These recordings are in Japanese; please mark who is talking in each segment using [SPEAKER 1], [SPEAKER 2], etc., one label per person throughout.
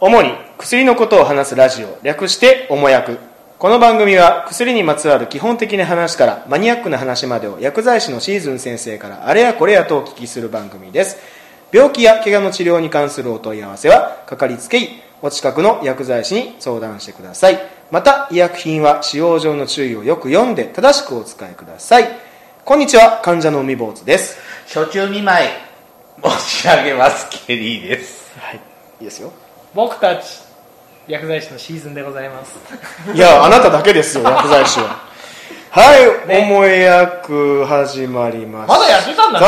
[SPEAKER 1] 主に薬のことを話すラジオ略して「おもやく」この番組は薬にまつわる基本的な話からマニアックな話までを薬剤師のシーズン先生からあれやこれやとお聞きする番組です病気や怪我の治療に関するお問い合わせはかかりつけ医お近くの薬剤師に相談してくださいまた医薬品は使用上の注意をよく読んで正しくお使いくださいこんにちは患者の海坊主です
[SPEAKER 2] 初中見舞い申し上げますケリーです
[SPEAKER 1] はいいいですよ
[SPEAKER 3] 僕たち薬剤師のシーズンでございます
[SPEAKER 1] いや、あなただけ ですよ、薬剤師は。はい、
[SPEAKER 3] ね
[SPEAKER 1] おもえ役始まりました。
[SPEAKER 3] まだやってたんだね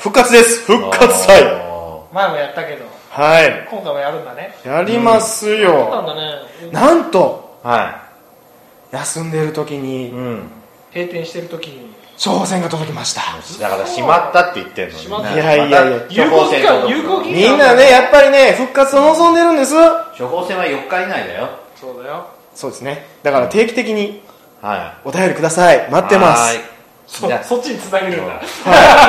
[SPEAKER 1] 復活です、復活祭。
[SPEAKER 2] あ
[SPEAKER 3] 前もやったけど
[SPEAKER 1] はい、
[SPEAKER 3] 今回もやるんだね
[SPEAKER 1] やります
[SPEAKER 3] やったん
[SPEAKER 1] よ。
[SPEAKER 3] だね
[SPEAKER 1] なんと、
[SPEAKER 2] ーは
[SPEAKER 1] 休んでる時
[SPEAKER 2] い
[SPEAKER 1] に、
[SPEAKER 2] ん
[SPEAKER 3] 閉店してる時に
[SPEAKER 1] 挑戦が届きました。
[SPEAKER 2] だから閉まったって言ってんのに
[SPEAKER 3] 閉まった
[SPEAKER 1] いやいやいや
[SPEAKER 3] 有効期間有効期間
[SPEAKER 1] みんなね、やっぱりね、復活を望んでるんです。
[SPEAKER 2] 処方箋は4日以内だよ
[SPEAKER 3] そうだよ
[SPEAKER 1] そうですね。だから定期的に
[SPEAKER 2] は
[SPEAKER 1] お便りください。
[SPEAKER 2] い
[SPEAKER 1] 待ってます
[SPEAKER 2] は。
[SPEAKER 3] そ
[SPEAKER 2] ーいじゃあ
[SPEAKER 3] そっちにつなげるんだ
[SPEAKER 1] は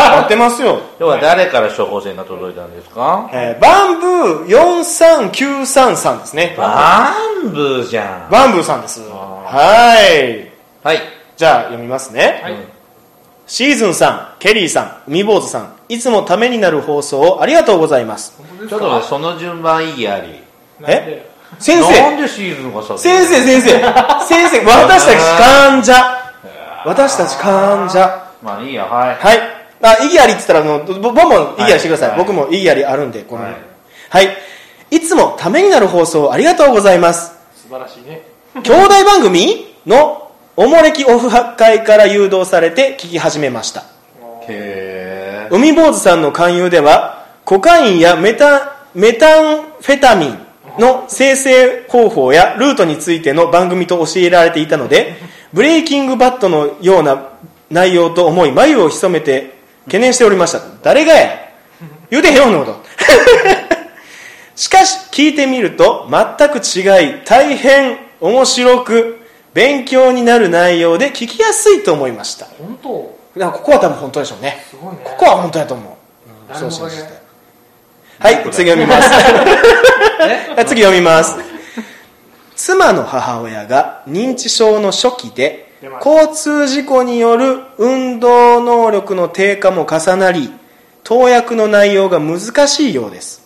[SPEAKER 1] い、待ってますよ。
[SPEAKER 2] 今日は誰から処方箋が届いたんですか
[SPEAKER 1] えーバンブー43933ですね。
[SPEAKER 2] バンブーじゃん
[SPEAKER 1] バンブーさんです。はい。
[SPEAKER 2] はい
[SPEAKER 1] じゃあ読みますね。
[SPEAKER 3] はい
[SPEAKER 1] シーズンさん、ケリーさん、海坊主さん、いつもためになる放送をありがとうございます。
[SPEAKER 3] 本当で
[SPEAKER 2] ちょ
[SPEAKER 3] す
[SPEAKER 2] っとね
[SPEAKER 3] か
[SPEAKER 2] その順番意義あり
[SPEAKER 3] なんで
[SPEAKER 1] 先
[SPEAKER 2] な
[SPEAKER 1] 生、
[SPEAKER 2] んでシーズンがさ
[SPEAKER 1] 先生、先生、先生、私たち患者。私たち患者。
[SPEAKER 2] まあいいやはい
[SPEAKER 1] はい。あ、意義ありって言ったら、あの、ぼ僕も意義ありしてください。
[SPEAKER 2] はい
[SPEAKER 1] 僕も意義ありあるんで、この。は
[SPEAKER 2] はい
[SPEAKER 1] い。い、つもためになる放送をありがとうございます。
[SPEAKER 3] 素晴らしいね
[SPEAKER 1] 兄弟番組のおもれきオフ会から誘導されて聞き始めました。
[SPEAKER 2] へえ
[SPEAKER 1] 海坊主さんの勧誘ではコカインやメタメタンフェタミンの生成方法やルートについての番組と教えられていたのでブレイキングバットのような内容と思い眉を潜めて懸念しておりました誰がや言うてへんよんなこと しかし聞いてみると全く違い大変面白く勉強になる内容で聞きやすいと思いました
[SPEAKER 3] 本当
[SPEAKER 1] だからここは多分本当でしょうね
[SPEAKER 3] すごいね
[SPEAKER 1] ここは本当やと思う。
[SPEAKER 3] 誰も
[SPEAKER 1] そう
[SPEAKER 3] がね
[SPEAKER 1] 信じてはい、次読みます。 はい次読みます。妻の母親が認知症の初期で
[SPEAKER 3] 出ま、した
[SPEAKER 1] 交通事故による運動能力の低下も重なり、投薬の内容が難しいようです。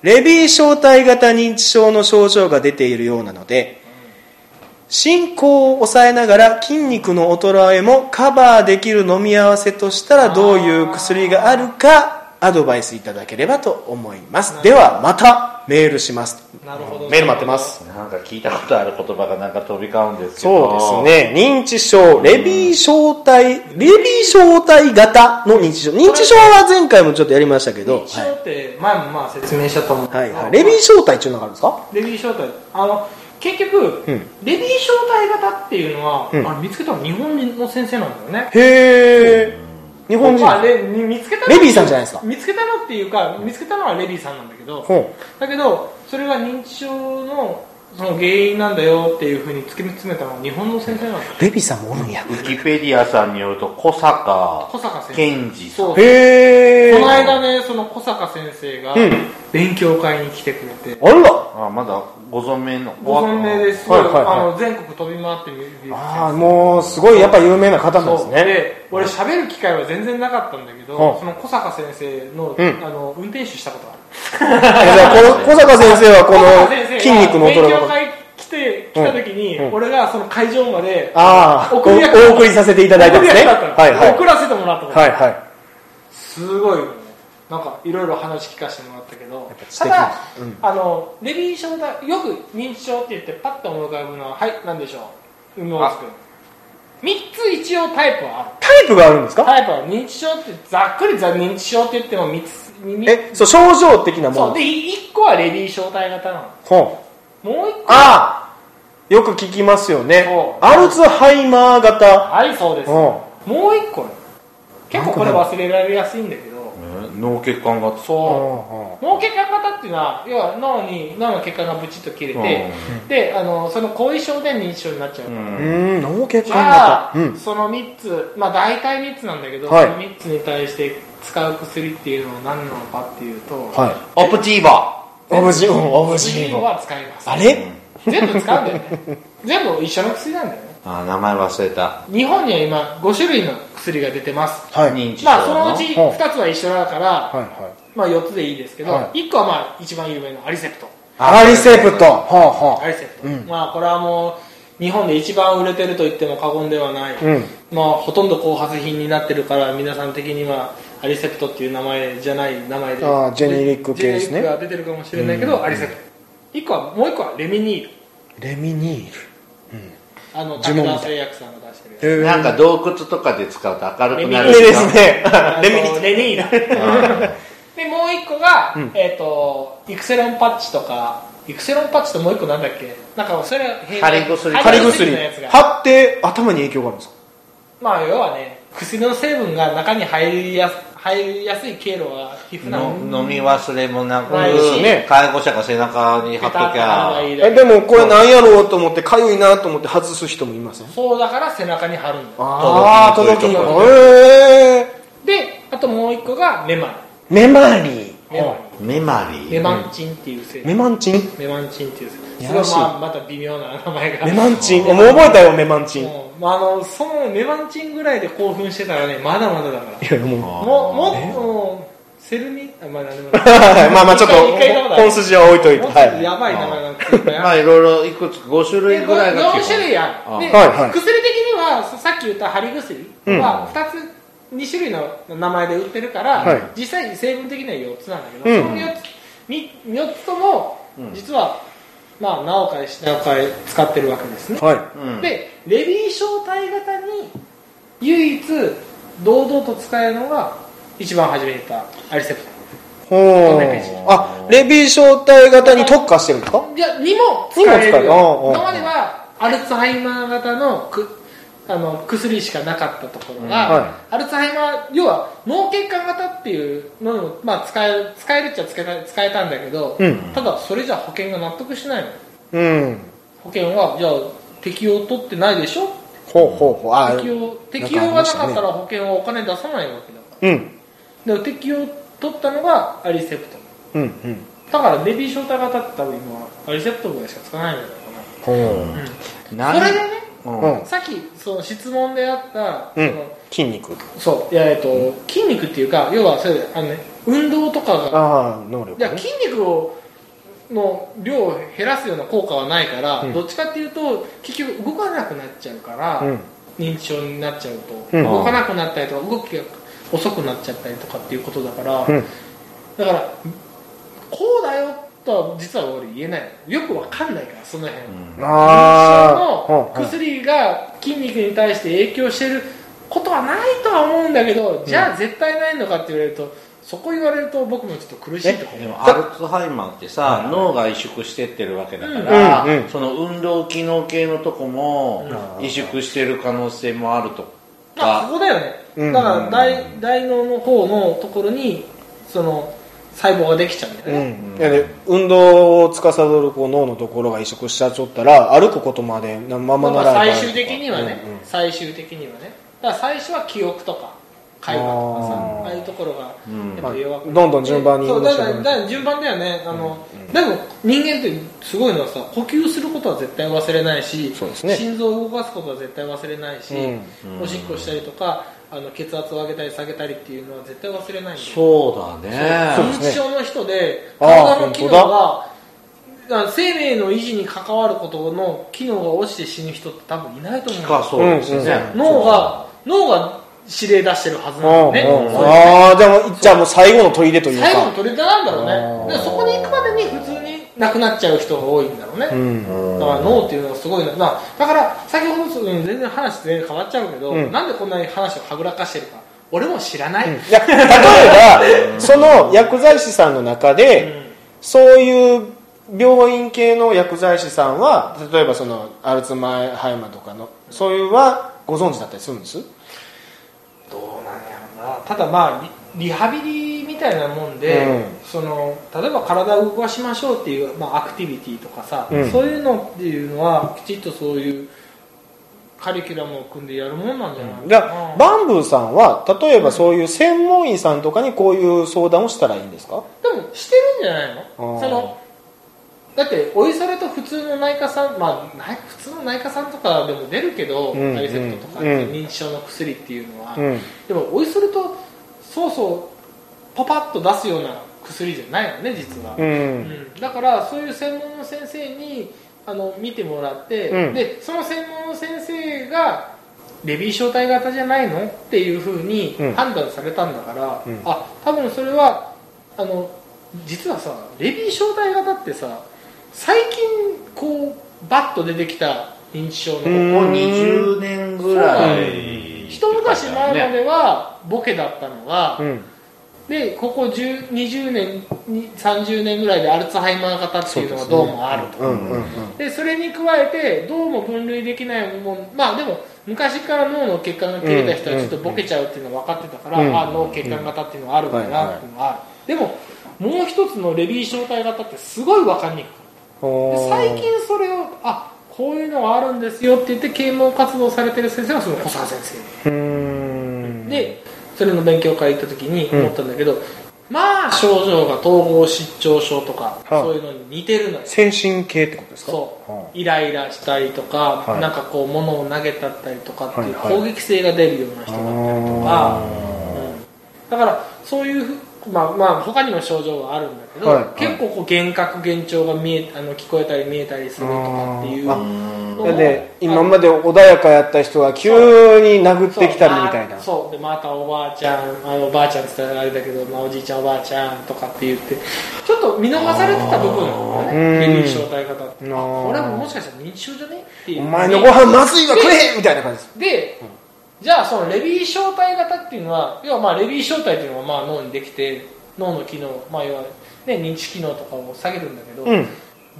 [SPEAKER 1] レビー小体型認知症の症状が出ているようなので、進行を抑えながら筋肉の衰えもカバーできる飲み合わせとしたらどういう薬があるかアドバイスいただければと思いますではまたメールします
[SPEAKER 3] なるほど
[SPEAKER 1] メール待ってます
[SPEAKER 2] なんか聞いたことある言葉がなんか飛び交うんですけど
[SPEAKER 1] そうですね認知症レビー小体レビー小体型の認知症認知症は前回もちょっとやりましたけど、
[SPEAKER 3] 一応って前もまあ説明しちゃったもん
[SPEAKER 1] はいはい、レビー小体っていうのがあるんですか
[SPEAKER 3] レビー小体あの結局、
[SPEAKER 1] うん
[SPEAKER 3] レビー小体型っていうのは、
[SPEAKER 1] うん
[SPEAKER 3] あれ見つけたの日本人の先生なんだよね
[SPEAKER 1] へえ日本人
[SPEAKER 3] まあ、レ見つけたの
[SPEAKER 1] レビーさんじゃないですか
[SPEAKER 3] 見つけたのっていうか見つけたのはレビーさんなんだけど
[SPEAKER 1] ほう
[SPEAKER 3] だけどそれは認知症のその原因なんだよっていうふうに突き詰めたのは日本の先生なんだよ
[SPEAKER 1] レビーさんもおるんや
[SPEAKER 2] ウィキペディアさんによると小坂
[SPEAKER 3] 小坂先生
[SPEAKER 2] 健二さん
[SPEAKER 3] そうこ
[SPEAKER 1] へえ
[SPEAKER 3] の間ねその小坂先生が
[SPEAKER 1] うん
[SPEAKER 3] 勉強会に来てくれて、
[SPEAKER 1] あら
[SPEAKER 2] あまだご存命の
[SPEAKER 3] ご存命ですごい、
[SPEAKER 1] はいはいはい
[SPEAKER 3] あの全国飛び回ってみる先生
[SPEAKER 1] ああもうすごいやっぱ有名な方なんです
[SPEAKER 3] そ う
[SPEAKER 1] ね
[SPEAKER 3] で俺喋る機会は全然なかったんだけど、
[SPEAKER 1] うん
[SPEAKER 3] その小坂先生の,、
[SPEAKER 1] うん
[SPEAKER 3] あの運転手したことがある
[SPEAKER 1] えじゃあこの小坂先生はこ
[SPEAKER 3] 先生
[SPEAKER 1] の
[SPEAKER 3] が
[SPEAKER 1] 筋肉の衰
[SPEAKER 3] 勉
[SPEAKER 1] え
[SPEAKER 3] 強
[SPEAKER 1] 方
[SPEAKER 3] 会来て来た時に、
[SPEAKER 1] うんうん
[SPEAKER 3] 俺がその会場まで
[SPEAKER 1] ああお
[SPEAKER 3] 送り役
[SPEAKER 1] お送りさせていただいたんですね
[SPEAKER 3] 送り役だったの
[SPEAKER 1] はいはい
[SPEAKER 3] 送らせてもらったの
[SPEAKER 1] はいはい
[SPEAKER 3] すごいよねなんかいろいろ話聞かせてもらったけど
[SPEAKER 1] ぱ知
[SPEAKER 3] た
[SPEAKER 1] 的
[SPEAKER 3] だ、
[SPEAKER 1] うん
[SPEAKER 3] あのレビー症だよく認知症って言ってパッと思い浮かぶのははい何でしょう運動すく3つ一応タイプはある
[SPEAKER 1] タイプがあるんですか
[SPEAKER 3] タイプは認知症ってざっくりざ認知症って言っても3つに
[SPEAKER 1] えそう症状的なも
[SPEAKER 3] そう
[SPEAKER 1] の
[SPEAKER 3] で1個はレビー小体型なの
[SPEAKER 1] ほう
[SPEAKER 3] もう1個は
[SPEAKER 1] ああよく聞きますよね
[SPEAKER 3] そう
[SPEAKER 1] アルツハイマー型
[SPEAKER 3] はいそうです
[SPEAKER 1] うん
[SPEAKER 3] もう一個ね結構これ忘れられやすいんだけど
[SPEAKER 2] 脳血管がそ
[SPEAKER 1] うんうん
[SPEAKER 3] 脳血管型っていうのは要は脳に脳の血管がブチッと切れて
[SPEAKER 2] う
[SPEAKER 3] であのその後遺症で認知症になっちゃう、
[SPEAKER 2] う
[SPEAKER 1] うんーん脳血
[SPEAKER 3] じ
[SPEAKER 1] 管
[SPEAKER 3] ゃあ、
[SPEAKER 1] 型うん
[SPEAKER 3] その3つまあ大体3つなんだけど、
[SPEAKER 1] はい
[SPEAKER 3] その3つに対して使う薬っていうのは何なのかっていうと、
[SPEAKER 1] はい
[SPEAKER 2] オプチーボ
[SPEAKER 1] オブジンうんオブジ
[SPEAKER 3] 薬
[SPEAKER 1] ン
[SPEAKER 3] は使います
[SPEAKER 1] あれ
[SPEAKER 3] 全部使うんだよね全部一緒の薬なんだよね
[SPEAKER 2] あー名前忘れた
[SPEAKER 3] 日本には今5種類の薬が出てます
[SPEAKER 1] はいはい
[SPEAKER 2] 認知症
[SPEAKER 3] まあそのうち
[SPEAKER 1] うん
[SPEAKER 3] 2つは一緒だから、
[SPEAKER 1] はい
[SPEAKER 3] まあ4つでいいですけど、
[SPEAKER 1] は
[SPEAKER 3] 1個はまあ一番有名なアリセプト
[SPEAKER 1] アリセプトはあ
[SPEAKER 3] ア
[SPEAKER 1] は
[SPEAKER 3] リセプト、
[SPEAKER 1] うん
[SPEAKER 3] まあこれはもう日本で一番売れてると言っても過言ではない、
[SPEAKER 1] あうん
[SPEAKER 3] まあほとんど後発品になってるから皆さん的にはアリセプトっていう名前じゃない名前で
[SPEAKER 1] あージェネリック系ですね
[SPEAKER 3] ジェネリックが出てるかもしれないけど、アリセプト1個はもう1個はレミニール
[SPEAKER 1] レミニー
[SPEAKER 3] あの
[SPEAKER 1] 呪文
[SPEAKER 3] 武
[SPEAKER 1] みたい
[SPEAKER 3] 田製薬さんが出してるやつ
[SPEAKER 1] ル
[SPEAKER 2] なんか洞窟とかで使うと明るくな
[SPEAKER 1] あ
[SPEAKER 2] る
[SPEAKER 1] れですね
[SPEAKER 3] あ
[SPEAKER 1] レミニ
[SPEAKER 3] の
[SPEAKER 1] ー
[SPEAKER 3] レニールでもう一個が、
[SPEAKER 1] ん
[SPEAKER 3] えっ、とイクセロンパッチとかイクセロンパッチともう一個なんだっけなんかそれ
[SPEAKER 2] 貼り薬
[SPEAKER 1] 貼り
[SPEAKER 3] 貼
[SPEAKER 1] 薬
[SPEAKER 3] のやつが
[SPEAKER 1] 貼って頭に影響があるんですか
[SPEAKER 3] まあ要はね薬の成分が中に入りやす入りやすい経路は皮膚なの
[SPEAKER 2] の 飲み忘れもなく、
[SPEAKER 3] ないし
[SPEAKER 1] ね
[SPEAKER 2] 介護者が背中に貼っときゃ
[SPEAKER 1] えでもこれなんやろうと思ってかゆいなと思って外す人もいません
[SPEAKER 3] そうだから背中に貼るんだよ
[SPEAKER 1] ああ
[SPEAKER 2] 届
[SPEAKER 1] 届
[SPEAKER 2] き
[SPEAKER 1] き
[SPEAKER 2] に
[SPEAKER 1] に
[SPEAKER 2] くいとこ
[SPEAKER 1] く
[SPEAKER 2] ろ
[SPEAKER 1] いへえ
[SPEAKER 3] であともう一個がメマ
[SPEAKER 1] メマリ
[SPEAKER 3] ンメマ
[SPEAKER 2] メマ
[SPEAKER 3] ン
[SPEAKER 2] リ
[SPEAKER 3] メ
[SPEAKER 2] ー
[SPEAKER 3] マンチンっていう成
[SPEAKER 1] ー
[SPEAKER 3] 分、
[SPEAKER 1] メマンチン
[SPEAKER 3] メマンチンっていう成分
[SPEAKER 1] や
[SPEAKER 3] それ
[SPEAKER 1] らしい
[SPEAKER 3] はまあまた微妙な名前が
[SPEAKER 1] メマンチンもう覚えたよメマンチンい
[SPEAKER 3] もうまあ、あのそのメマンチンぐらいで興奮してたらねまだまだだから
[SPEAKER 1] やもう
[SPEAKER 3] もう
[SPEAKER 2] あー
[SPEAKER 3] もっともうセルミあまあ何でもな い
[SPEAKER 1] まあまあちょっと
[SPEAKER 3] 一回一回
[SPEAKER 1] 本筋は置いといて
[SPEAKER 3] もうち
[SPEAKER 1] は
[SPEAKER 3] ょっと
[SPEAKER 1] い
[SPEAKER 3] やばい名前なんていっぱい
[SPEAKER 2] ま
[SPEAKER 3] あ
[SPEAKER 2] あいろいろいくつか5種類
[SPEAKER 3] る
[SPEAKER 2] ぐらいが基
[SPEAKER 3] 4
[SPEAKER 2] 本
[SPEAKER 3] 種類あ
[SPEAKER 2] あ
[SPEAKER 3] るで、
[SPEAKER 1] はいはい
[SPEAKER 3] 薬的にはささっき言った貼り薬は2つ、2種類の名前で売ってるから、
[SPEAKER 1] はい
[SPEAKER 3] 実際に成分的には4つなんだけど、
[SPEAKER 1] うん
[SPEAKER 3] その 4, つみ4つとも実は、まあ何回し何回使ってるわけですね
[SPEAKER 1] はい
[SPEAKER 2] うん
[SPEAKER 3] でレビー小体型に唯一堂々と使えるのが一番初めに言ったアリセプ
[SPEAKER 1] ほ
[SPEAKER 3] んなページ
[SPEAKER 1] うあレビー小体型に特化してるんですか
[SPEAKER 3] トいやにも使え
[SPEAKER 1] にも使え
[SPEAKER 3] る
[SPEAKER 1] るあ
[SPEAKER 3] よ
[SPEAKER 1] あ
[SPEAKER 3] 今まではアルツハイマー型のくあの薬しかなかったところが、
[SPEAKER 1] うんはい
[SPEAKER 3] アルツハイマー要は脳血管型っていうのも、まあ、使える使えるっちゃ使えた使えたんだけど、
[SPEAKER 1] うん
[SPEAKER 3] ただそれじゃ保険が納得しないの
[SPEAKER 1] うん
[SPEAKER 3] 保険はじゃあ適用取ってないでしょ
[SPEAKER 1] ほうほうほうあ
[SPEAKER 3] 適用適用がなかったら保険はお金出さないわけだから
[SPEAKER 1] うん
[SPEAKER 3] で適用取ったのがアリセプ
[SPEAKER 1] う
[SPEAKER 3] ト
[SPEAKER 1] んうん
[SPEAKER 3] だからレビー小体型って多分今アリセプトぐらいしか使わないんじゃない
[SPEAKER 1] ほう
[SPEAKER 3] か
[SPEAKER 2] な
[SPEAKER 3] なそ
[SPEAKER 2] ん
[SPEAKER 3] れでね
[SPEAKER 2] うん
[SPEAKER 1] うん
[SPEAKER 3] さっきその質問であった、
[SPEAKER 1] う
[SPEAKER 3] そ
[SPEAKER 1] ん
[SPEAKER 3] の
[SPEAKER 1] 筋肉
[SPEAKER 3] そういやえっと、筋肉っていうか要はそれあの、ね、運動とかが
[SPEAKER 1] ああ能力
[SPEAKER 3] いや
[SPEAKER 1] ね
[SPEAKER 3] 筋肉をの量を減らすような効果はないから、
[SPEAKER 1] うん
[SPEAKER 3] どっちかっていうと結局動かなくなっちゃうから、
[SPEAKER 1] うん
[SPEAKER 3] 認知症になっちゃうと、
[SPEAKER 1] うん
[SPEAKER 3] 動かなくなったりとか動きが遅くなっちゃったりとかっていうことだから、
[SPEAKER 1] うん
[SPEAKER 3] だからこうだよとは実は俺言えないよくわかんないからその辺、認知
[SPEAKER 1] ああ
[SPEAKER 3] 症の薬が筋肉に対して影響してることはないとは思うんだけど、じゃあ絶対ないのかって言われるとそこ言われると僕もちょっと苦しいとこ
[SPEAKER 2] でもアルツハイマーってさ脳が萎縮してってるわけだから、
[SPEAKER 1] うんうん
[SPEAKER 2] その運動機能系のとこも
[SPEAKER 1] うん
[SPEAKER 2] 萎縮してる可能性もあると
[SPEAKER 3] あ
[SPEAKER 2] か、
[SPEAKER 3] そこだよね、
[SPEAKER 1] うん
[SPEAKER 3] だから大大脳の方のところにその細胞ができちゃうんだよ
[SPEAKER 1] う
[SPEAKER 3] ね、
[SPEAKER 1] ん、いやで運動を司るこう脳のところが移植しちゃっちょったら歩くことまでなまま
[SPEAKER 3] ま
[SPEAKER 1] な
[SPEAKER 3] あ
[SPEAKER 1] らない
[SPEAKER 3] 最終的にはね、最終的にはねだから最初は記憶とか会話とかさ
[SPEAKER 1] あー
[SPEAKER 3] ああいうところが
[SPEAKER 2] うん
[SPEAKER 3] やっぱ弱くな
[SPEAKER 1] ま
[SPEAKER 3] って
[SPEAKER 1] あどんどん順番に
[SPEAKER 3] そうだから
[SPEAKER 1] うん
[SPEAKER 3] だから順番だよねあの、でも人間ってすごいのはさ呼吸することは絶対忘れないし
[SPEAKER 1] そうですね
[SPEAKER 3] 心臓を動かすことは絶対忘れないし、
[SPEAKER 1] うん
[SPEAKER 3] おしっこしたりとかあの血圧を上げたり下げたりっていうのは絶対忘れないんだよ
[SPEAKER 2] そうだね
[SPEAKER 3] 認知症の人で
[SPEAKER 1] そうですね
[SPEAKER 3] 体の機能があ生命の維持に関わることの機能が落ちて死ぬ人って多分いないと思う
[SPEAKER 2] かそうですね、
[SPEAKER 1] うん
[SPEAKER 3] 脳が脳が指令出してるはず
[SPEAKER 1] う
[SPEAKER 3] なん
[SPEAKER 1] ん
[SPEAKER 3] だ
[SPEAKER 1] うんう
[SPEAKER 3] よね
[SPEAKER 1] ん
[SPEAKER 3] そう
[SPEAKER 1] ああじゃあもうじゃあもう最後のトイレというか
[SPEAKER 3] 最後の取り手なんだろうね
[SPEAKER 1] あー
[SPEAKER 3] でそこに行くまでに普通に亡くなっちゃう人が多いんだろうね、
[SPEAKER 1] うん
[SPEAKER 2] うん
[SPEAKER 3] だから脳っていうのはすごいな、まあ、だから先ほどと、うん全然話全然変わっちゃうけど、
[SPEAKER 1] うん
[SPEAKER 3] なんでこんなに話をはぐらかしてるか俺も知らない、
[SPEAKER 1] いや例えばその薬剤師さんの中で、そういう病院系の薬剤師さんは例えばそのアルツハイマーとかのそういうはご存知だったりするんです
[SPEAKER 3] どうなんやろなただまあリリハビリみたいなもんで、
[SPEAKER 1] う
[SPEAKER 3] その例えば体を動かしましょうっていう、まあ、アクティビティとかさ、
[SPEAKER 1] うん
[SPEAKER 3] そういうのっていうのはきちっとそういうカリキュラムを組んでやるもんなんじゃない
[SPEAKER 1] じゃあ
[SPEAKER 3] な、
[SPEAKER 1] バンブーさんは例えばそういう専門医さんとかにこういう相談をしたらいいんですか
[SPEAKER 3] でもしてるんじゃない
[SPEAKER 1] あー
[SPEAKER 3] のそのだっておいそれと普通の内科さん、まあ、内普通の内科さんとかでも出るけど、
[SPEAKER 1] うん
[SPEAKER 3] タリセプトとかって
[SPEAKER 1] うん
[SPEAKER 3] 認知症の薬っていうのは、
[SPEAKER 1] うん
[SPEAKER 3] でもおいそれとそうそうパパッと出すような薬じゃないのね実は、
[SPEAKER 1] う
[SPEAKER 3] うんんだからそういう専門の先生にあの見てもらって、
[SPEAKER 1] うん
[SPEAKER 3] でその専門の先生がレビー小体型じゃないのっていうふうに
[SPEAKER 1] うん
[SPEAKER 3] 判断されたんだから、
[SPEAKER 1] うん
[SPEAKER 3] あ多分それはあの実はさレビー小体型ってさ最近こうバッと出てきた認知症の、
[SPEAKER 1] うん
[SPEAKER 2] もう20年ぐらい、
[SPEAKER 3] 一昔前ま
[SPEAKER 2] ね
[SPEAKER 3] ではボケだったのが、
[SPEAKER 1] うん
[SPEAKER 3] でここ10 20年に30年ぐらいでアルツハイマー型っていうのがどうもあると
[SPEAKER 1] うんうん
[SPEAKER 3] でそれに加えてどうも分類できないもんまあでも昔から脳の血管が切れた人はちょっとボケちゃうっていうのは分かってたから、
[SPEAKER 1] うん
[SPEAKER 3] あ脳血管型っていうのはあるんだなっていうのはある、でももう一つのレビー小体型ってすごい分かんにくかったで最近それをあこういうのがあるんですよって言って啓蒙活動されてる先生がその小坂先生
[SPEAKER 1] うん
[SPEAKER 3] でそれの勉強会行った時に
[SPEAKER 1] ん
[SPEAKER 3] 思ったんだけど、まあ症状が統合失調症とか、
[SPEAKER 1] はい
[SPEAKER 3] そういうのに似てるのよ
[SPEAKER 1] 先進系ってことですか
[SPEAKER 3] そう、
[SPEAKER 1] は
[SPEAKER 3] イライラしたりとか、
[SPEAKER 1] はい
[SPEAKER 3] なんかこう物を投げたったりとかっていう
[SPEAKER 1] はいはい
[SPEAKER 3] 攻撃性が出るような人だったりとか、うんだからそういうふまあまあ他にも症状はあるんだけど、
[SPEAKER 1] はいはい
[SPEAKER 3] 結構こう幻覚幻聴が見えあの聞こえたり見えたりするとかっていう
[SPEAKER 1] あ
[SPEAKER 3] のも
[SPEAKER 1] だって今
[SPEAKER 3] あ
[SPEAKER 1] まで穏やかやった人が急に殴ってきたりみたいな
[SPEAKER 3] そうでまたおばあちゃんあのおばあちゃんって言ったらあれだけど、まあ、おじいちゃんおばあちゃんとかって言ってちょっと見逃されてた部分なんだ
[SPEAKER 1] あー
[SPEAKER 3] ね
[SPEAKER 1] うん
[SPEAKER 3] レビー小体型って
[SPEAKER 1] な
[SPEAKER 3] あ
[SPEAKER 1] あ
[SPEAKER 3] これはもしかしたら認知症じゃねっていう
[SPEAKER 1] お前のご飯まずいわ食えへんみたいな感じです
[SPEAKER 3] で、じゃあそのレビー小体型っていうのは要はまあレビー小体っていうのはまあ脳にできて脳の機能、まあ、要は、ね、認知機能とかを下げるんだけど、
[SPEAKER 1] うん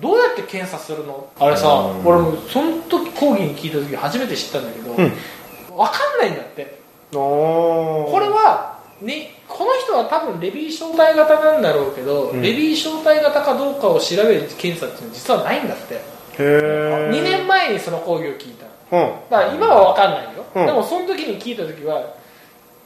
[SPEAKER 3] どうやって検査するのあれさ、
[SPEAKER 2] うん
[SPEAKER 3] 俺もその時講義に聞いた時初めて知ったんだけど、
[SPEAKER 1] ん
[SPEAKER 3] わかんないんだって こ
[SPEAKER 1] こ
[SPEAKER 3] れは、ね、この人は多分レビー小体型なんだろうけど、
[SPEAKER 1] うん
[SPEAKER 3] レビー小体型かどうかを調べる検査っていうのは実はないんだって
[SPEAKER 1] へえ
[SPEAKER 3] 2年前にその講義を聞いたの
[SPEAKER 1] うん
[SPEAKER 3] だから今は分かんないよ、
[SPEAKER 1] うん
[SPEAKER 3] でもその時に聞いた時は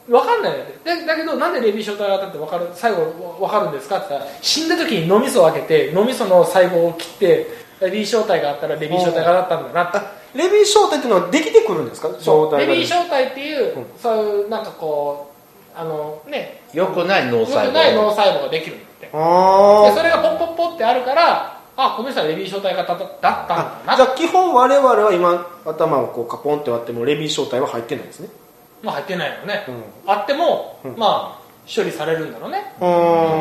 [SPEAKER 3] 分かんないよねだだけどなんでレビー小体型って分かる最後分かるんですかって言ったら死んだ時に脳みそを開けて脳みその細胞を切ってレビー小体があったらレビー小体がだったんだなって
[SPEAKER 1] レビー小体っていうのはできてくるんですか小
[SPEAKER 3] レ
[SPEAKER 1] 体が
[SPEAKER 3] ビー小体っていう、
[SPEAKER 1] うん
[SPEAKER 3] そういうなんかこうあのね
[SPEAKER 2] よくない脳
[SPEAKER 3] よく
[SPEAKER 2] 細胞
[SPEAKER 3] ない脳細胞ができるんだってでそ
[SPEAKER 1] あ
[SPEAKER 3] れがポッポッポってあるからあこの人はレビー小体型だだったん
[SPEAKER 1] あ
[SPEAKER 3] だ
[SPEAKER 1] じゃ
[SPEAKER 3] な
[SPEAKER 1] あ基本我々は今頭をこうカポンって割ってもレビー小体は入ってないんですね
[SPEAKER 3] まあ入ってないよね、
[SPEAKER 1] うん
[SPEAKER 3] あっても、
[SPEAKER 1] うん
[SPEAKER 3] まあ処理されるんだろうね
[SPEAKER 1] ど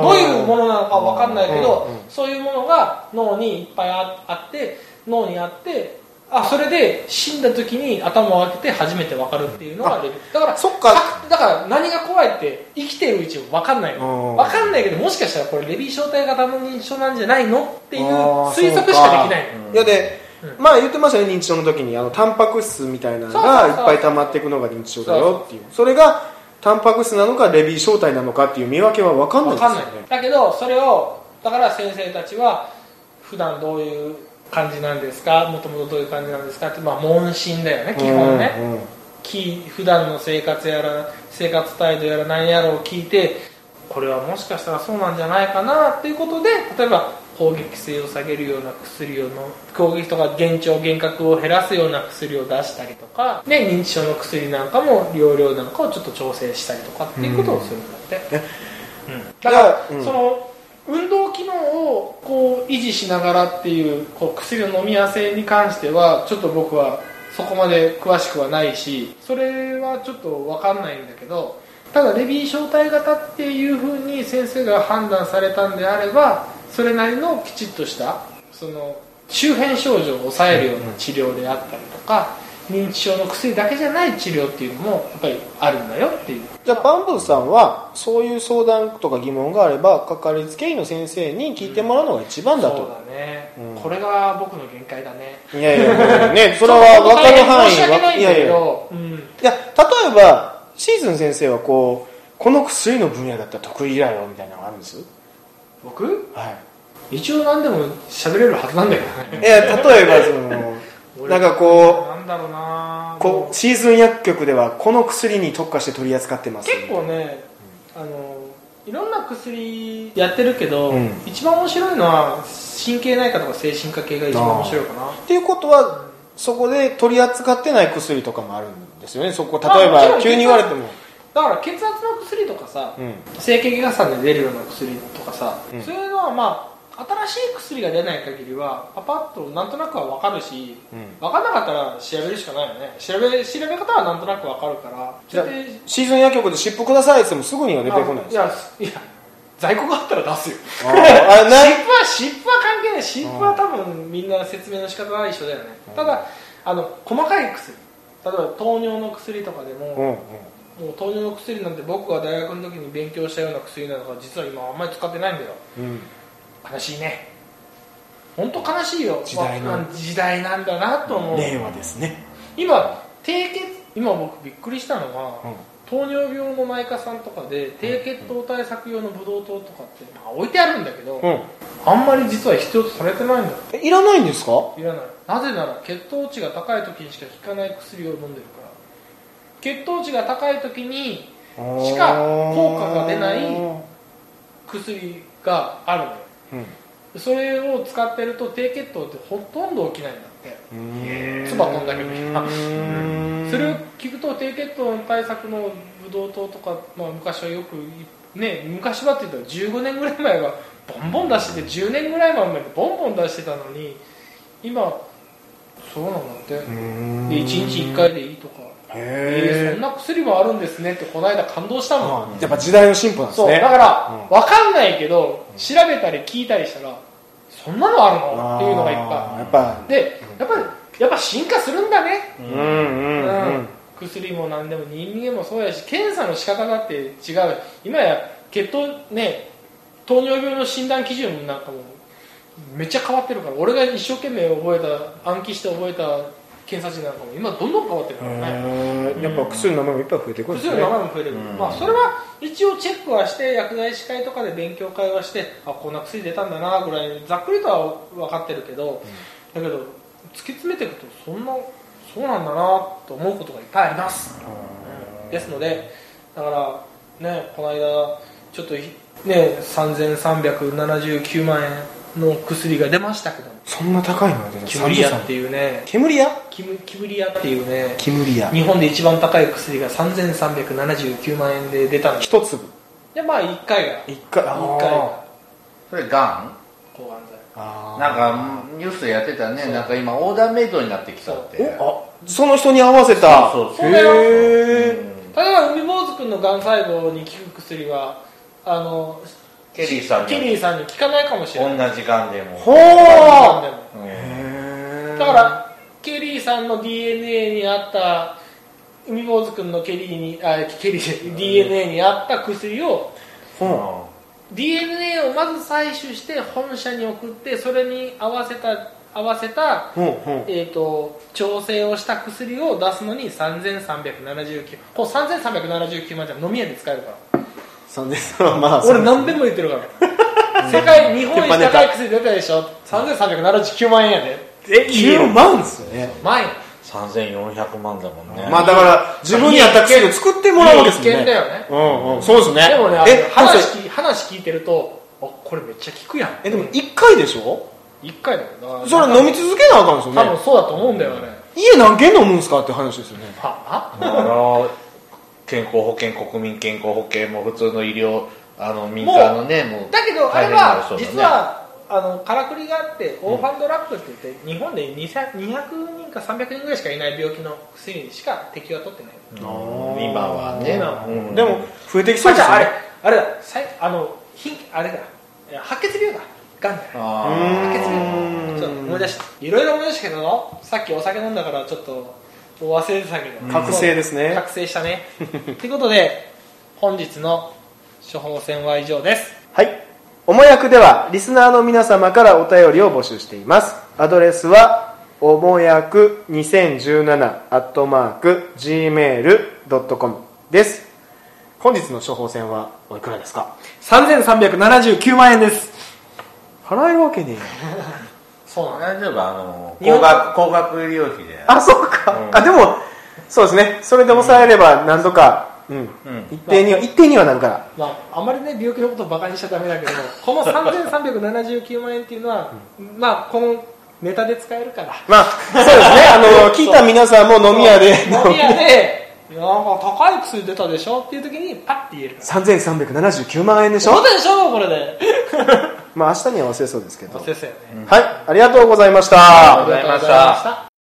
[SPEAKER 3] どういうものなのかわかんないけど、
[SPEAKER 1] うんうん
[SPEAKER 3] そういうものが脳にいっぱいああって脳にあってあそれで死んだ時に頭を開けて初めてわかるっていうのがレベルだから
[SPEAKER 1] そっか
[SPEAKER 3] さだから何が怖いって生きてるうちわかんない
[SPEAKER 1] うん
[SPEAKER 3] のわかんないけどもしかしたらこれレビー小体型の認知症なんじゃないのっていう
[SPEAKER 1] あー
[SPEAKER 3] 推測しかできないの
[SPEAKER 2] うん
[SPEAKER 1] いやで、
[SPEAKER 3] う
[SPEAKER 1] まあ言ってましたね認知症の時にあのタンパク質みたいなの
[SPEAKER 3] そ
[SPEAKER 1] が
[SPEAKER 3] う
[SPEAKER 1] いっ
[SPEAKER 3] そうそう
[SPEAKER 1] ぱい溜まっていくのが認知症だよっていうそれがタンパク質なのかレビー小体なのかっていう見分けは分かんない
[SPEAKER 3] わ
[SPEAKER 1] ですよ
[SPEAKER 3] かんない
[SPEAKER 1] ね
[SPEAKER 3] だけどそれをだから先生たちは普段どういう感じなんですかもともとどういう感じなんですかってまあ問診だよね基本ね、
[SPEAKER 1] うんうん
[SPEAKER 3] き普段の生活やら生活態度やら何やらを聞いてこれはもしかしたらそうなんじゃないかなっていうことで例えば攻撃性を下げるような薬をの攻撃とか幻聴幻覚を減らすような薬を出したりとか、ね、認知症の薬なんかも用量なんかをちょっと調整したりとかっていうことをするんだって、うんだから、
[SPEAKER 1] うん
[SPEAKER 3] その運動機能をこう維持しながらっていうこう薬の飲み合わせに関してはちょっと僕はそこまで詳しくはないしそれはちょっと分かんないんだけどただレビー小体型っていうふうに先生が判断されたんであればそれなりのきちっとしたその周辺症状を抑えるような治療であったりとか認知症の薬だけじゃない治療っていうのもやっぱりあるんだよっていう
[SPEAKER 1] じゃあバンブーさんはそういう相談とか疑問があればかかりつけ医の先生に聞いてもらうのが一番だ
[SPEAKER 3] そう
[SPEAKER 1] と、
[SPEAKER 3] だね、
[SPEAKER 1] うん
[SPEAKER 3] これが僕の限界だね
[SPEAKER 1] いやいやねそれは分かる範囲
[SPEAKER 3] 申し訳
[SPEAKER 1] は
[SPEAKER 3] ないんだけ
[SPEAKER 1] いや
[SPEAKER 3] どうん
[SPEAKER 1] いや例えばシーズン先生はこうこの薬の分野だったら得意だよみたいなのがあるんです
[SPEAKER 3] 僕
[SPEAKER 1] はい
[SPEAKER 3] 一応何でも喋れるはずなんだけど
[SPEAKER 1] い
[SPEAKER 3] ね
[SPEAKER 1] や例えばその なんかこ
[SPEAKER 3] なんだろうな
[SPEAKER 1] うこうシーズン薬局ではこの薬に特化して取り扱ってます
[SPEAKER 3] 結構ね、あのいろんな薬やってるけど、
[SPEAKER 1] うん
[SPEAKER 3] 一番面白いのは神経内科とか精神科系が一番面白いかな
[SPEAKER 1] っていうことはそこで取り扱ってない薬とかもあるんですよねそこ
[SPEAKER 3] あ
[SPEAKER 1] 例え
[SPEAKER 3] もちろ
[SPEAKER 1] ば
[SPEAKER 3] ん
[SPEAKER 1] 急に言われても、
[SPEAKER 3] だから血圧の薬とかさ、
[SPEAKER 1] うん、
[SPEAKER 3] 整形外科さんで出るような薬とかさ、
[SPEAKER 1] うん
[SPEAKER 3] そういうのはまあ新しい薬が出ない限りはパパッとなんとなくは分かるし、
[SPEAKER 1] うん
[SPEAKER 3] 分かんなかったら調べるしかないよね調べ調べ方はなんとなく分かるから
[SPEAKER 1] じゃあ
[SPEAKER 3] 絶対
[SPEAKER 1] シーズン薬局で湿布くださいって言ってもすぐには出てこない
[SPEAKER 3] あ
[SPEAKER 1] で
[SPEAKER 3] い
[SPEAKER 1] すか
[SPEAKER 3] やいや在庫があったら出すよ
[SPEAKER 1] あーあない
[SPEAKER 3] 湿布は湿布は関係ない湿布は多分みんな説明の仕方は一緒だよね、ただあの細かい薬例えば糖尿の薬とかでも、
[SPEAKER 1] うんうん
[SPEAKER 3] もう糖尿の薬なんて僕が大学の時に勉強したような薬なのが実は今あんまり使ってないんだよ
[SPEAKER 1] うん
[SPEAKER 3] 悲しいね本当悲しいよ
[SPEAKER 1] 時代の
[SPEAKER 3] まあ時代なんだなと思う、
[SPEAKER 1] 令和ですね、
[SPEAKER 3] 今低血今僕びっくりしたのが、
[SPEAKER 1] うん
[SPEAKER 3] 糖尿病の内科さんとかで低血糖対策用のブドウ糖とかって、まあ、置いてあるんだけど、
[SPEAKER 1] うん
[SPEAKER 3] あんまり実は必要とされてないんだよ
[SPEAKER 1] えいらないんですか
[SPEAKER 3] いらないなぜなら血糖値が高い時にしか効かない薬を飲んでるから血糖値が高い時にしか効果が出ない
[SPEAKER 1] うん
[SPEAKER 3] 薬があるのよそれを使ってると低血糖ってほとんど起きないんだって
[SPEAKER 1] うん
[SPEAKER 3] 唾飛んだけど
[SPEAKER 1] うん
[SPEAKER 3] それを聞くと低血糖対策のブドウ糖とか、まあ、昔はよくね昔はって言ったら15年ぐらい前はボンボン出してて10年ぐらい前までボンボン出してたのに今そうなんだってで
[SPEAKER 1] うん
[SPEAKER 3] 1日1回でいいとかえーそ
[SPEAKER 1] へ
[SPEAKER 3] んな薬もあるんですねってこの間感動したもん、
[SPEAKER 1] えやっぱ時代の進歩なんです
[SPEAKER 3] そう
[SPEAKER 1] ね
[SPEAKER 3] だから、
[SPEAKER 1] うん
[SPEAKER 3] わかんないけど調べたり聞いたりしたらそんなのあるのっていうのがいっぱい
[SPEAKER 1] あーやっぱ
[SPEAKER 3] でやっぱりやっぱ進化するんだね、
[SPEAKER 1] うんうんうん
[SPEAKER 3] 薬も何でも人間もそうやし検査の仕方だって違う今や血糖ね糖尿病の診断基準なんかもめっちゃ変わってるから俺が一生懸命覚えた暗記して覚えた検査値なんかも今どんどん変わってるからね、
[SPEAKER 1] へえやっぱ薬の名前もいっぱい増えてくるんです
[SPEAKER 3] 薬
[SPEAKER 1] ね
[SPEAKER 3] の名前も増えてくる、
[SPEAKER 2] うん
[SPEAKER 3] まあ、それは一応チェックはして薬剤師会とかで勉強会はしてあこんな薬出たんだなぐらいざっくりとは分かってるけど、だけど突き詰めていくとそんなそうなんだなと思うことがいっぱいあります、うんですのでだからねこの間ちょっとひね3379万円の薬が出ましたけど
[SPEAKER 1] そんな高いのが出ない
[SPEAKER 3] 煙屋っていうね
[SPEAKER 1] 煙屋
[SPEAKER 3] 煙屋っていうね
[SPEAKER 1] 煙屋
[SPEAKER 3] 日本で一番高い薬が3379万円で出たんです
[SPEAKER 1] 一粒
[SPEAKER 3] でまあ1回が
[SPEAKER 1] 一回あー
[SPEAKER 3] 1回が
[SPEAKER 2] それが
[SPEAKER 3] 抗がん剤
[SPEAKER 1] あ
[SPEAKER 2] ん
[SPEAKER 1] ー
[SPEAKER 2] なんかニュースでやってたねなんか今オーダーメイドになってきたって
[SPEAKER 1] おあその人に合わせた
[SPEAKER 2] そうそう
[SPEAKER 3] そう
[SPEAKER 1] へえ
[SPEAKER 3] 例えば海坊主君のがん細胞に効く薬はあの
[SPEAKER 2] ケリーさん
[SPEAKER 3] ケリーさんに効かないかもしれない
[SPEAKER 2] 同じがんでも
[SPEAKER 1] ほ
[SPEAKER 3] 抗がん
[SPEAKER 1] う
[SPEAKER 3] 剤も
[SPEAKER 2] うん
[SPEAKER 3] だからケリーさんの DNA に合った海坊主君のケリーにあケリー DNA に合った薬を
[SPEAKER 1] ほ
[SPEAKER 3] DNA をまず採取して本社に送ってそれに合わせた合わせた
[SPEAKER 1] うほうほう
[SPEAKER 3] えー、と調整をした薬を出すのに3379こう3379万じゃ飲み屋で使えるから
[SPEAKER 1] 三千三まあ
[SPEAKER 3] 俺何遍も言ってるから世界日本一高い薬出たでしょ3379万円やで
[SPEAKER 1] え九万ですよね
[SPEAKER 3] 万円
[SPEAKER 2] 3400万だもんね
[SPEAKER 1] まあだから自分に合った薬を作ってもらうわけです
[SPEAKER 3] いい
[SPEAKER 1] も
[SPEAKER 3] 一
[SPEAKER 1] ん
[SPEAKER 3] 見だ
[SPEAKER 1] ね
[SPEAKER 3] よね
[SPEAKER 1] うんうんそうですね
[SPEAKER 3] でもねあの
[SPEAKER 1] え
[SPEAKER 3] 話聞い話聞いてるとあこれめっちゃ効くやん
[SPEAKER 1] えでも一回でしょ
[SPEAKER 3] 1回だよな
[SPEAKER 1] それ飲み続けなあかんですよ
[SPEAKER 3] 多
[SPEAKER 1] ね
[SPEAKER 3] 分そうだと思うんだよね
[SPEAKER 1] 家何軒飲むんすかって話ですよね
[SPEAKER 3] ああ
[SPEAKER 2] あの健康保険国民健康保険も普通の医療あの民間のねもう
[SPEAKER 3] だけどあ
[SPEAKER 2] 大
[SPEAKER 3] れ
[SPEAKER 2] 変なの
[SPEAKER 3] は
[SPEAKER 2] そうだね
[SPEAKER 3] 実はあのからくりがあってオーファンドラップって言って日本で200 200人か300人ぐらいしかいない病気の薬にしか適用は取ってない
[SPEAKER 2] うん今はね
[SPEAKER 3] 今は
[SPEAKER 2] うん
[SPEAKER 1] でも増えてきそう
[SPEAKER 3] あ
[SPEAKER 1] で
[SPEAKER 3] じ
[SPEAKER 1] す
[SPEAKER 3] ゃ
[SPEAKER 1] よ
[SPEAKER 3] ああれ
[SPEAKER 1] ね
[SPEAKER 3] あれださいあのひあれだいや白血病だがんじゃない
[SPEAKER 2] あ
[SPEAKER 1] う
[SPEAKER 2] ー
[SPEAKER 1] ん
[SPEAKER 3] 白血病ちょっと思い出したいろいろ思い出したけどなさっきお酒飲んだからちょっと忘れてたけど
[SPEAKER 1] 覚醒ですね
[SPEAKER 3] 覚醒したね ということで本日の処方箋は以上です
[SPEAKER 1] はい。おもやくでは、リスナーの皆様からお便りを募集しています。アドレスは、おもやく2017アットマーク gmail.com です。本日の処方箋はおいくらですか
[SPEAKER 3] 3379万円です
[SPEAKER 1] 払えるわけねえよ。
[SPEAKER 3] そうなの
[SPEAKER 2] 大丈夫あの
[SPEAKER 3] 日本
[SPEAKER 2] 高額高額医療費で
[SPEAKER 1] あ、そうか。
[SPEAKER 2] うん
[SPEAKER 1] あ、でも、そうですね。それで抑えれば何度かうん、
[SPEAKER 2] うん
[SPEAKER 1] 一定には一定にはなるから
[SPEAKER 3] まあ、あまりね病気のことをバカにしちゃダメだけど この3379万円っていうのは、まあこのネタで使えるから
[SPEAKER 1] まあ そうですねあの聞いた皆さんも飲み屋で
[SPEAKER 3] 飲み屋で「なんか高い薬出たでしょ」っていう時にパッて言えるから
[SPEAKER 1] 3379万円でしょ
[SPEAKER 3] そうでしょこれで
[SPEAKER 1] まあ明日には忘れそうですけど
[SPEAKER 3] そうですよね
[SPEAKER 1] はいありがとうございました
[SPEAKER 2] ありがとうございました
[SPEAKER 3] た